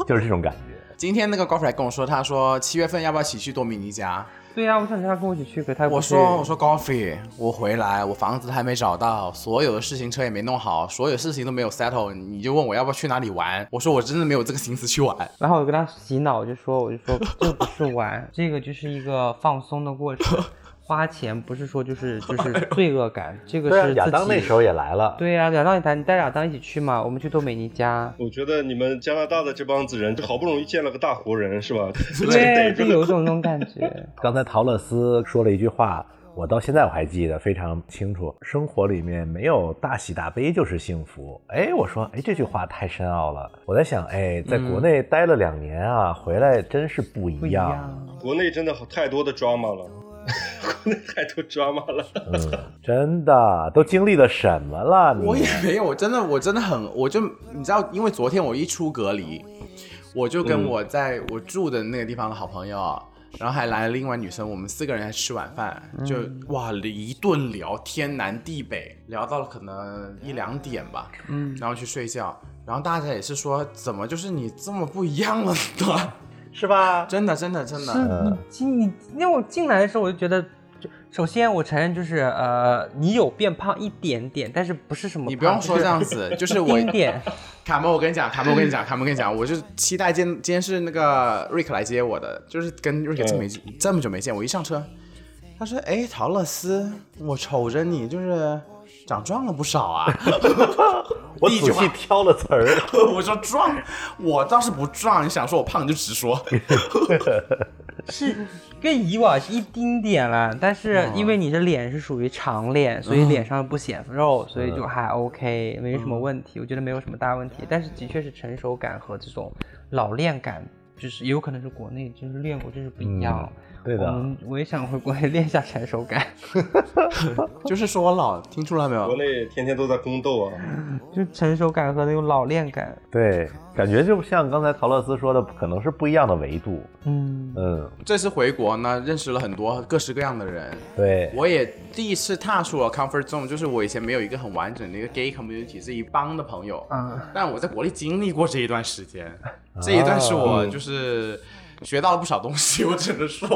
就是这种感觉。
今天那个高 y 跟我说，他说七月份要不要一起去多米尼加？
对呀，我想让他跟我一起去，可他哎不
我
去
说我说 Goffy，我回来，我房子还没找到，所有的事情车也没弄好，所有事情都没有 settle，你就问我要不要去哪里玩？我说我真的没有这个心思去玩。
然后我跟他洗脑，我就说，我就
(laughs)
说这不是玩，这个就是一个放松的
(laughs)
过程，花钱不是说就是就是罪恶感，这
哎
个
对啊，
是
亚当
自己
那时候也来了，
对呀、亚当你带你带亚当一起去嘛，我们去多美尼加
我觉得你们加拿大的这帮子人，好不容易见了个大活人，是吧？ (laughs)
对，就有一种那种感
(laughs)
觉，
刚才陶乐斯说了一句话，我到现在我还记得非常清楚。生活里面没有大喜大悲就是幸福。哎，我说，哎，这句话太深奥了。我在想，哎，在
嗯
国内待了两年啊，回来真是不
不
一
一
样。
啊
样。
国内真的好太多的 drama 了， (laughs) 国内太多 drama 了。
嗯，真的，都经历了什么了？你
我也没有，我真的我真的很，我就你知道，因为昨天我一出隔离，我就跟我在我住的那个地方的好朋友，然后还来了另外女生，我们四个人还吃晚饭，就、哇一顿聊天南地北，聊到了可能一两点吧，嗯，然后去睡觉，然后大家也是说，怎么就是你这么不一样了呢？
是吧？
真的，真的，真
是
的，
嗯
你进你，因为我进来的时候我就觉得，就首先我承认就是呃，你有变胖一点点，但是不是什么胖，
你不用
就
说
是
这样子，就是我
一丁点，
卡门，我跟你讲，卡门，我跟你讲，卡门，我跟你讲，我就期待今今天是那个瑞克来接我的，就是跟瑞克这么
嗯
一这么久没见，我一上车，他说：“哎，陶乐斯，我瞅着你就是长壮了不少啊。
(laughs) 我
第一句
仔
话
细
(laughs)
挑了词儿，
我说壮，我倒是不壮，你想说我胖就直
(laughs)
说。
是跟以往是一丁点了，但是因
嗯
为你的脸是属于长脸，所以脸上不显肉，所以就还 OK，没什么
嗯
问题，我觉得没有什么大问题。但是的确是成熟感和这种老练感，就是也有可能是国内就是练过，就是不一
嗯
样。
对的
我们我也想回国内练一下成熟感，
就是说我老，听出来没
国
有？
内天天都在宫斗啊，
就是成熟感和那种老练感。
对，感觉就像刚才陶乐斯说的，可能是不一样的维度。
嗯，
嗯，
这次回国呢，认识了很多各式各样的人，
对，
我也第一次踏出了 comfort zone，就是我以前没有一个很完整的一个 gay community，是一帮的朋友。
啊，
但我在国内经历过这一段时间，这一段是我就是学到了不少东西，我只能说。 (laughs)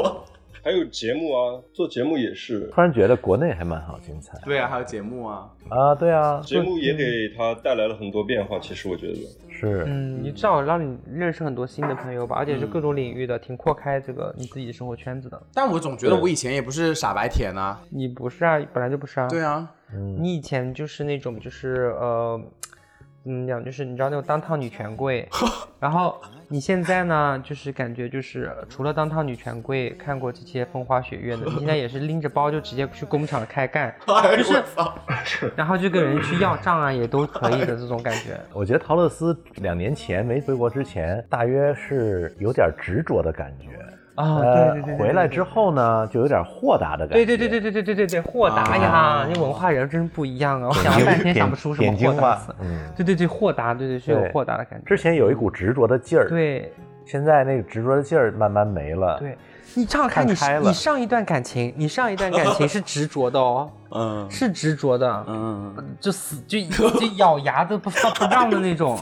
还有节目啊，做节目也是，
突然觉得国内还蛮好，精彩
对啊，还有节目啊，
啊！对啊，
节目也给他带来了很多变化。其实我觉得，
是，
嗯，你至少让你认识很多新的朋友吧，而
嗯
且是各种领域的，挺扩开这个你自己的生活圈子的。
但我总觉得我以前也不是傻白甜啊。
你不是啊，本来就不是啊。
对啊，
你以前就是那种就是呃，怎么讲，就是你知道那种当套女
(laughs)
权贵，然后你现在呢，就是感觉就是除了当套女权贵看过这些风花雪月的，你现在也是拎着包就直接去工厂开干，
(laughs) 哎呦我操！
然后就跟人去要账啊，也都可以的这种感觉。
我觉得陶乐斯两年前没回国之前，大约是有点执着的感觉。
啊，
呃
对对对，对
回来之。后呢，就有点豁达的感觉。啊
对对对对对对对对对，豁达呀，那文化人真是不一样啊！我想了半天想不出什么
点睛
豁达
吧
的词。
嗯，
对对对，豁达，对对是有
对
豁达的感觉。
之前有一股执着的劲儿，，
对
现在那个执着的劲儿慢慢没了。，
对，你照看
看
你
开了
你上一段感情，你上一段感情是执着的哦，
嗯
是执着的，
嗯，
就死就就咬牙都不放不让的
(laughs)
那种。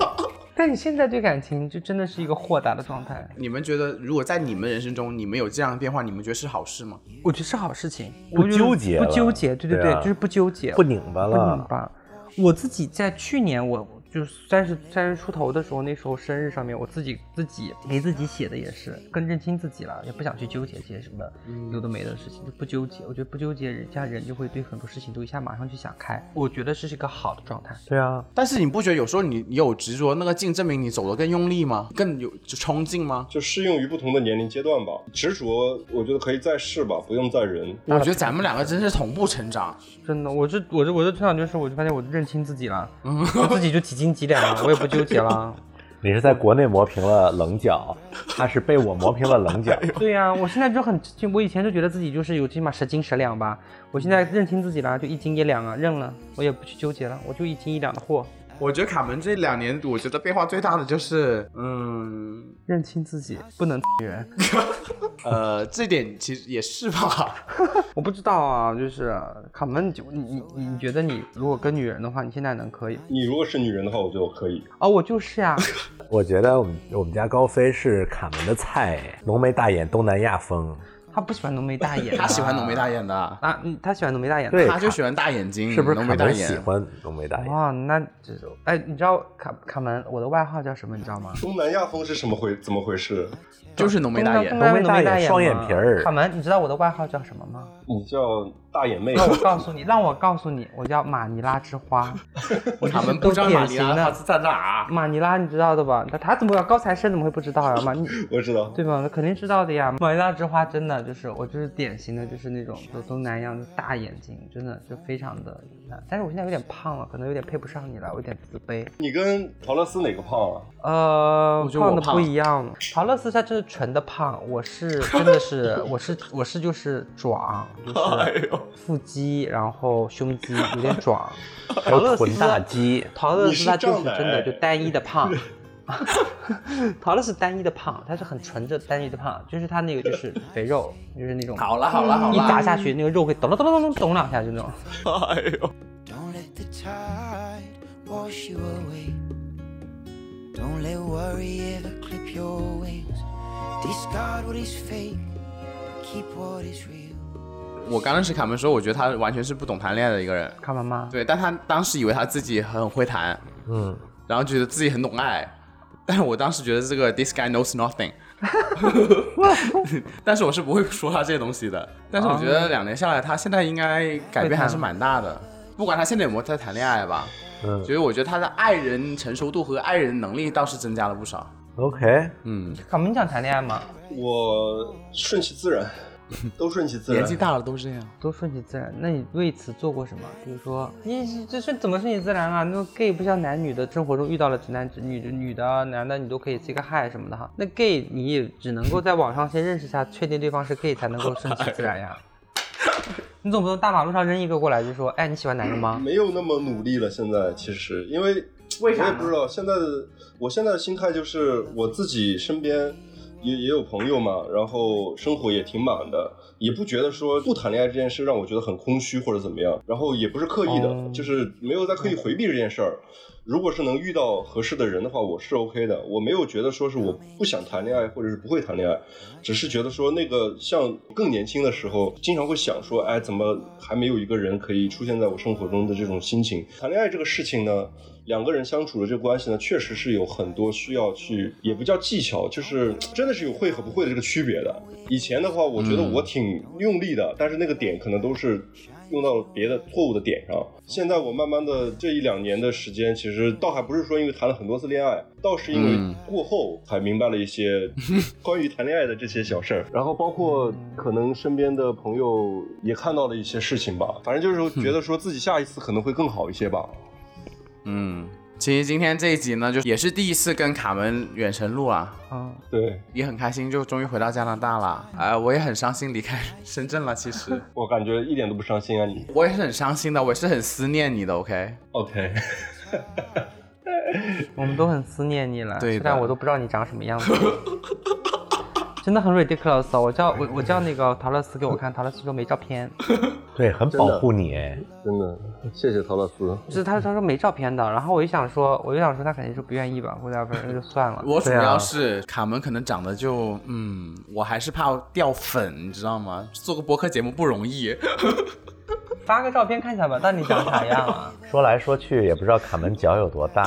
但你现在对感情就真的是一个豁达的状态，
你们觉得如果在你们人生中，你们有这样的变化，你们觉得是好事吗？
我觉得是好事情，
嗯不
我觉得
纠结
不
了
纠结，对对
对
对，
啊
就是不纠结，
不拧巴
不拧
了。
巴。嗯我自己在去年我就三十三十出头的时候，那时候生日上面，我自己自己给自己写的也是更认清自己了，也不想去纠结这些什么有的没的事情，就不纠结。我觉得不纠结，人家人就会对很多事情都一下马上去想开。我觉得这是一个好的状态。
对啊，
但是你不觉得有时候你你有执着，那个劲证明你走得更用力吗？更有就冲劲吗？
就适用于不同的年龄阶段吧。执着，我觉得可以在世吧，不用在人。
我觉得咱们两个真是同步成长，
真的，我这我这我这成长就是，我就发现我认清自己了，我自己就几斤几两了，我也不纠结了。
你是在国内磨平了棱角，他是被我磨平了
(laughs)
棱角。
对呀、我现在就很，就我以前就觉得自己就是有起码十斤十两吧，我现在
嗯
认清自己了，就一斤一两啊，认了，我也不去纠结了，我就一斤一两的货，
(laughs) 我觉得卡门这两年，我觉得变化最大的就是，嗯，
认清自己，不能人。
呃，这点其实也是吧。
我不知道啊，就是卡门，你就你你你你觉得你如果跟女人的话，你现在能可以？
你如果是女人的话，我觉得我可以。
啊、我就
(laughs)
是呀、
我觉得我们我们家高飞是卡门的菜，浓眉大眼，东南亚风。
他不喜欢浓眉大眼、
(laughs) 他喜欢浓眉大眼的，
啊，嗯他喜欢浓眉大眼。
对
他就喜欢大眼睛，
是不是
浓
卡
眉大
门喜
眼？
欢浓眉大眼？
哇，那这种哎，你知道卡卡门我的外号叫什么？你知道吗？
东南亚风是什么回怎么回事？
就是浓眉大
东
眼。
南
浓眉
浓眉
大
大
眼
眼
双眼
嘛
皮儿
卡门，你知道我的外号叫什么吗？
你叫大眼妹，
(laughs) 让我告诉你，让我告诉你，我叫马尼拉之花，
(laughs)
我
卡
就是
门
都
不知道马
典
尼
型
拉他
的
是在哪？啊
马尼拉，你知道的吧？他他怎么高材生怎么会不知道呀、马尼
(laughs) 我知道。
对吧？那肯定知道的呀。马尼拉之花真的就是我就是典型的就是那种就东南亚的大眼睛，真的就非常的。但是我现在有点胖了，可能有点配不上你了，我有点自卑。
你跟陶乐斯哪个胖啊？
呃
我，觉得
胖
我
的
胖
不一样。陶乐斯他就是纯的胖，
(laughs)
我是真的是我是我是就是壮，
哎
就是腹肌，然后胸肌有点
(laughs)
壮。
还有臀大肌，
陶乐
你
斯
是
他就是
壮哎
真的
奶
就单一的
(laughs)
胖，陶乐斯单一的胖，他是很纯正单一的胖，就是他那个就是肥肉，就是那种
好了好了好
一砸
了，
下去那个肉会咚咚咚咚咚咚两下就那种。
哎
Don't let the tide wash you away. Don't let worry ever clip your wings. Discard what is fake, but keep what is real.
我刚认识卡门的时候，我觉得他完全是不懂谈恋爱的一个人。
看妈妈，
对，但他当时以为他自己很会谈，
嗯，
然后觉得自己很懂爱，但是我当时觉得这个 this guy knows nothing，但是我是
哦
不会说他这些东西的。但是我觉得两年下来，他现在应该改变还是蛮大的。不管他现在有没有在谈恋爱吧，
嗯
所以我觉得他的爱人成熟度和爱人能力倒是增加了不少。
，OK，
嗯，
卡门想谈恋爱吗？
我顺其自然，都顺其自然。
(laughs) 年纪大了都是这样。
都顺其自然。那你为此做过什么？比如说，你这是怎么顺其自然啊？那 gay 不像男女的生活中遇到了直男直女女的啊男的，你都可以 say 个 hi 什么的哈。那 gay 你也只能够在网上先认识一下，确定对方是 gay 才能够顺其自然呀。 (laughs) 你总不能大马路上扔一个过来就说，哎，你喜欢男人吗？
没有那么努力了。现在其实，因为
为啥
我
呢
也不知道，现在的我现在的心态就是我自己身边也也有朋友嘛，然后生活也挺满的，也不觉得说不谈恋爱这件事让我觉得很空虚或者怎么样，然后也不是刻意的，
哦
就是没有在刻意回避这件事儿。如果是能遇到合适的人的话，我是 OK 的。我没有觉得说是我不想谈恋爱，或者是不会谈恋爱，只是觉得说那个像更年轻的时候，经常会想说，哎，怎么还没有一个人可以出现在我生活中的这种心情？谈恋爱这个事情呢，两个人相处的这个关系呢，确实是有很多需要去，也不叫技巧，就是真的是有会和不会的这个区别的。以前的话，我觉得我挺用力的，但是那个点可能都是用到了别的错误的点上。现在我慢慢的这一两年的时间，其实倒还不是说因为谈了很多次恋爱，倒是因为过后才明白了一些关于谈恋爱的这些小事儿，然后包括可能身边的朋友也看到了一些事情吧，反正就是觉得说自己下一次可能会更好一些吧。
嗯，其实今天这一集呢，就也是第一次跟卡门远程录啊，
嗯，
对
也很开心，就终于回到加拿大了。呃，我也很伤心离开深圳了，其实
我感觉一点都不伤心啊你。
我也是很伤心的，我也是很思念你的。OK，
OK，
我们都很思念你了，
对的
虽然我都不知道你长什么样子。 (laughs) 真的很 ridiculous 哦！我叫我我叫那个陶乐斯给我看，陶乐斯说没照片，
对，很保护你哎。
(laughs) 真的，谢谢陶老师。
就是他他说没照片的，然后我就想说，我就想说他肯定是不愿意吧，whatever，那就算了。
我主
对啊
要是、卡门可能长得就嗯，我还是怕掉粉，你知道吗？做个播客节目不容易。 (laughs)
发个照片看一下吧，到底长啥样啊？
说来说去也不知道卡门脚有
(laughs)
多大，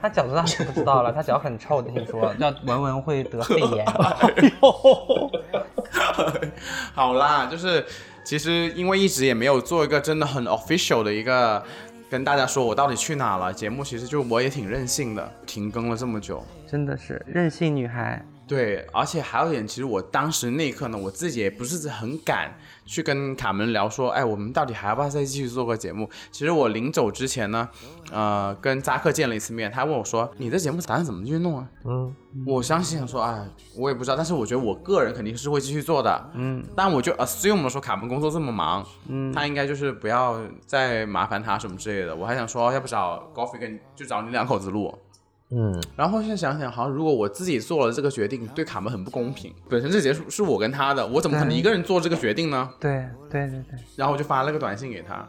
他脚多大是不知道了，他脚很臭的，听说要闻闻会得肺
(laughs)
炎。
好啦，就是其实因为一直也没有做一个真的很 official 的一个跟大家说我到底去哪了节目，其实就我也挺任性的，停更了这么久。
真的是任性女孩，
对，而且还有一点，其实我当时那一刻呢，我自己也不是很敢去跟卡门聊说，哎，我们到底还要不要再继续做个节目？其实我临走之前呢，呃，跟扎克见了一次面，他问我说，你这节目打算怎么去弄啊？
嗯，
我相信说，哎，我也不知道，但是我觉得我个人肯定是会继续做的。
嗯
但我就 assume 了说卡门工作这么忙，
嗯，
他应该就是不要再麻烦他什么之类的。我还想说，要不找 Goffy 跟就找你两口子录。
嗯，
然后现在想想，好像如果我自己做了这个决定，对卡门很不公平。本身这节目是我跟他的，我怎么可能
对
一个人做这个决定呢？
对对对对，
然后我就发了个短信给他，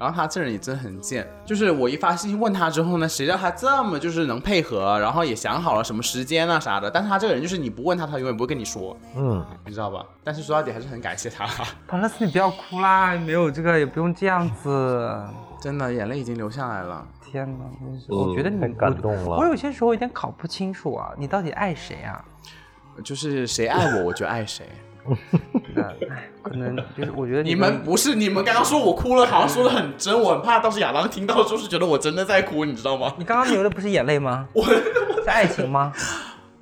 然后他这人也真很贱，就是我一发信息问他之后呢，谁知道他这么就是能配合，然后也想好了什么时间啊啥的，但他这个人就是你不问他，他永远不会跟你说，
嗯，
你知道吧？但是说到底还是很感谢他，
陶乐斯你不要哭啦，没有这个也不用这样子。
真的眼泪已经流下来了。
天哪，真是我觉得你
太嗯感动了
我。我有些时候有点搞不清楚啊，你到底爱谁啊？
就是谁爱我，我就爱谁。
那唉可能就是我觉得
你
跟
们不是你们刚刚说我哭了，好像说的很真，我很怕到时候亚当听到就是觉得我真的在哭，你知道 (laughs) 吗？
你刚刚流的不是眼泪吗？是爱情吗？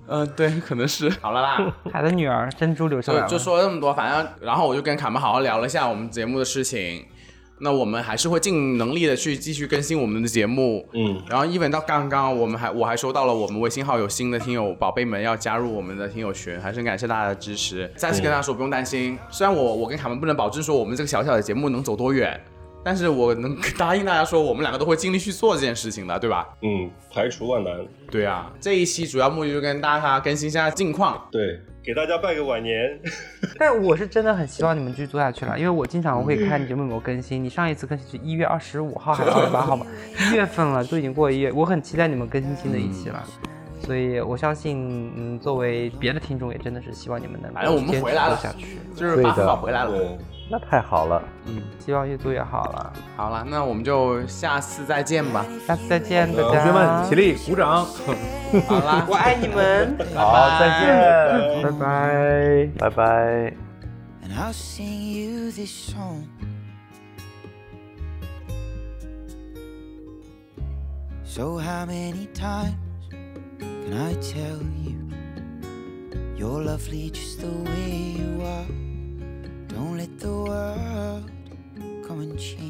嗯、对，可能是。好了 (laughs) 啦，
海的女儿珍珠流下来
就
了。
就说这么啊多，反正然后我就跟卡门好好聊了一下我们节目的事情。那我们还是会尽能力的去继续更新我们的节目。
嗯，
然后一本到刚刚，我们还我还收到了我们微信号有新的听友宝贝们要加入我们的听友群，还是很感谢大家的支持。再次跟大家说不用担心，虽然我我跟卡门不能保证说我们这个小小的节目能走多远，但是我能答应大家说我们两个都会尽力去做这件事情的，对吧？
嗯，排除万难，
对啊，这一期主要目的就跟大家更新一下近况。
对，给大家拜个晚 (laughs) 年。
但我是真的很希望你们继续做下去了，因为我经常会看
嗯
你节目有没有更新。你上一次更新是一月二十五号还是二十八号吧？一月份了，都已经过一月，我很期待你们更新新的一期了。
嗯
所以我相信，嗯，作为别的听众，也真的是希望你们能
反正哎我们
坚持
回来了
做下去，
就是巴
对
夫
的
宝回来了。嗯
对，
那太好了，
希望越做越好了。
好了，那我们就下次再见吧。
下次再见，大
同
家，
学们起立鼓
(laughs)
掌。
好啦，
我爱你们，
好，再见，
拜拜。
拜拜。
and I'll sing you this song. So, how many times can I tell you you're lovely just the way you are? Don't let the world come and change.